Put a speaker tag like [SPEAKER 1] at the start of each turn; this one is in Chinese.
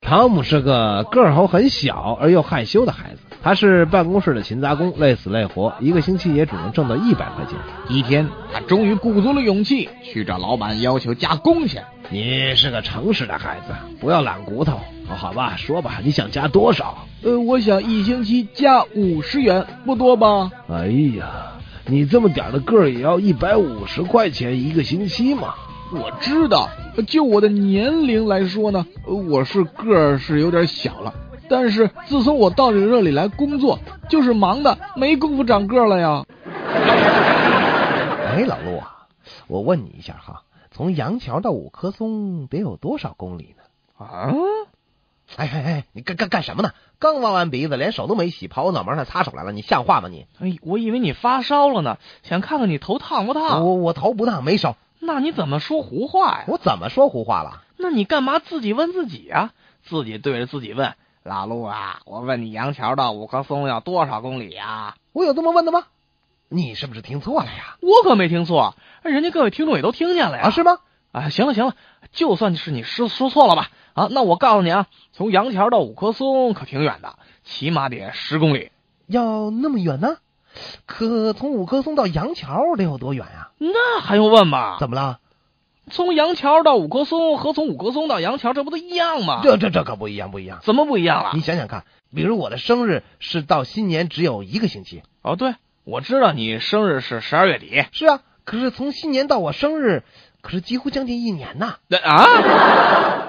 [SPEAKER 1] 汤姆是个个儿头很小而又害羞的孩子，他是办公室的勤杂工，累死累活，一个星期也只能挣到一百块钱。
[SPEAKER 2] 一天，他终于鼓足了勇气去找老板要求加工钱。
[SPEAKER 1] 你是个诚实的孩子，不要懒骨头。哦好吧，说吧，你想加多少？
[SPEAKER 2] 呃，我想一星期加五十元，不多吧？
[SPEAKER 1] 哎呀，你这么点儿的个儿也要一百五十块钱一个星期嘛？
[SPEAKER 2] 我知道，呃就我的年龄来说呢，呃我是个儿是有点小了。但是自从我到你这里来工作，就是忙的没工夫长个儿了呀。
[SPEAKER 3] 哎，老陆啊，我问你一下哈，从杨桥到五棵松得有多少公里呢？
[SPEAKER 2] 啊，
[SPEAKER 3] 哎哎哎，你干干干什么呢？刚挖完鼻子，连手都没洗，跑我脑门上擦手来了，你像话吗你？
[SPEAKER 4] 哎，我以为你发烧了呢，想看看你头烫不烫。
[SPEAKER 2] 哦
[SPEAKER 3] 我我头不烫，没烧，
[SPEAKER 4] 那你怎么说胡话呀？
[SPEAKER 3] 我怎么说胡话了？
[SPEAKER 4] 那你干嘛自己问自己啊？自己对着自己问，老陆啊，我问你，杨桥到五棵松要多少公里啊呀、
[SPEAKER 3] 我有这么问的吗？你是不是听错了呀？啊
[SPEAKER 4] 我可没听错，人家各位听众也都听见了呀。
[SPEAKER 3] 啊，是吗？
[SPEAKER 4] 啊，行了行了，就算是你说说错了吧。啊，那我告诉你啊，从杨桥到五棵松可挺远的，起码得十公里。
[SPEAKER 3] 要那么远呢？可从五棵松到杨桥得有多远呀、
[SPEAKER 4] 那还用问吗？
[SPEAKER 3] 怎么了？
[SPEAKER 4] 从杨桥到五棵松和从五棵松到杨桥，这不都一样吗？
[SPEAKER 3] 这这这可不一样，不一样。
[SPEAKER 4] 怎么不一样了
[SPEAKER 3] 你？想想看，比如我的生日是到新年只有一个星期，
[SPEAKER 4] 哦，对，我知道你生日是十二月底。
[SPEAKER 3] 是啊，可是从新年到我生日，可是几乎将近一年呐、
[SPEAKER 4] 那啊。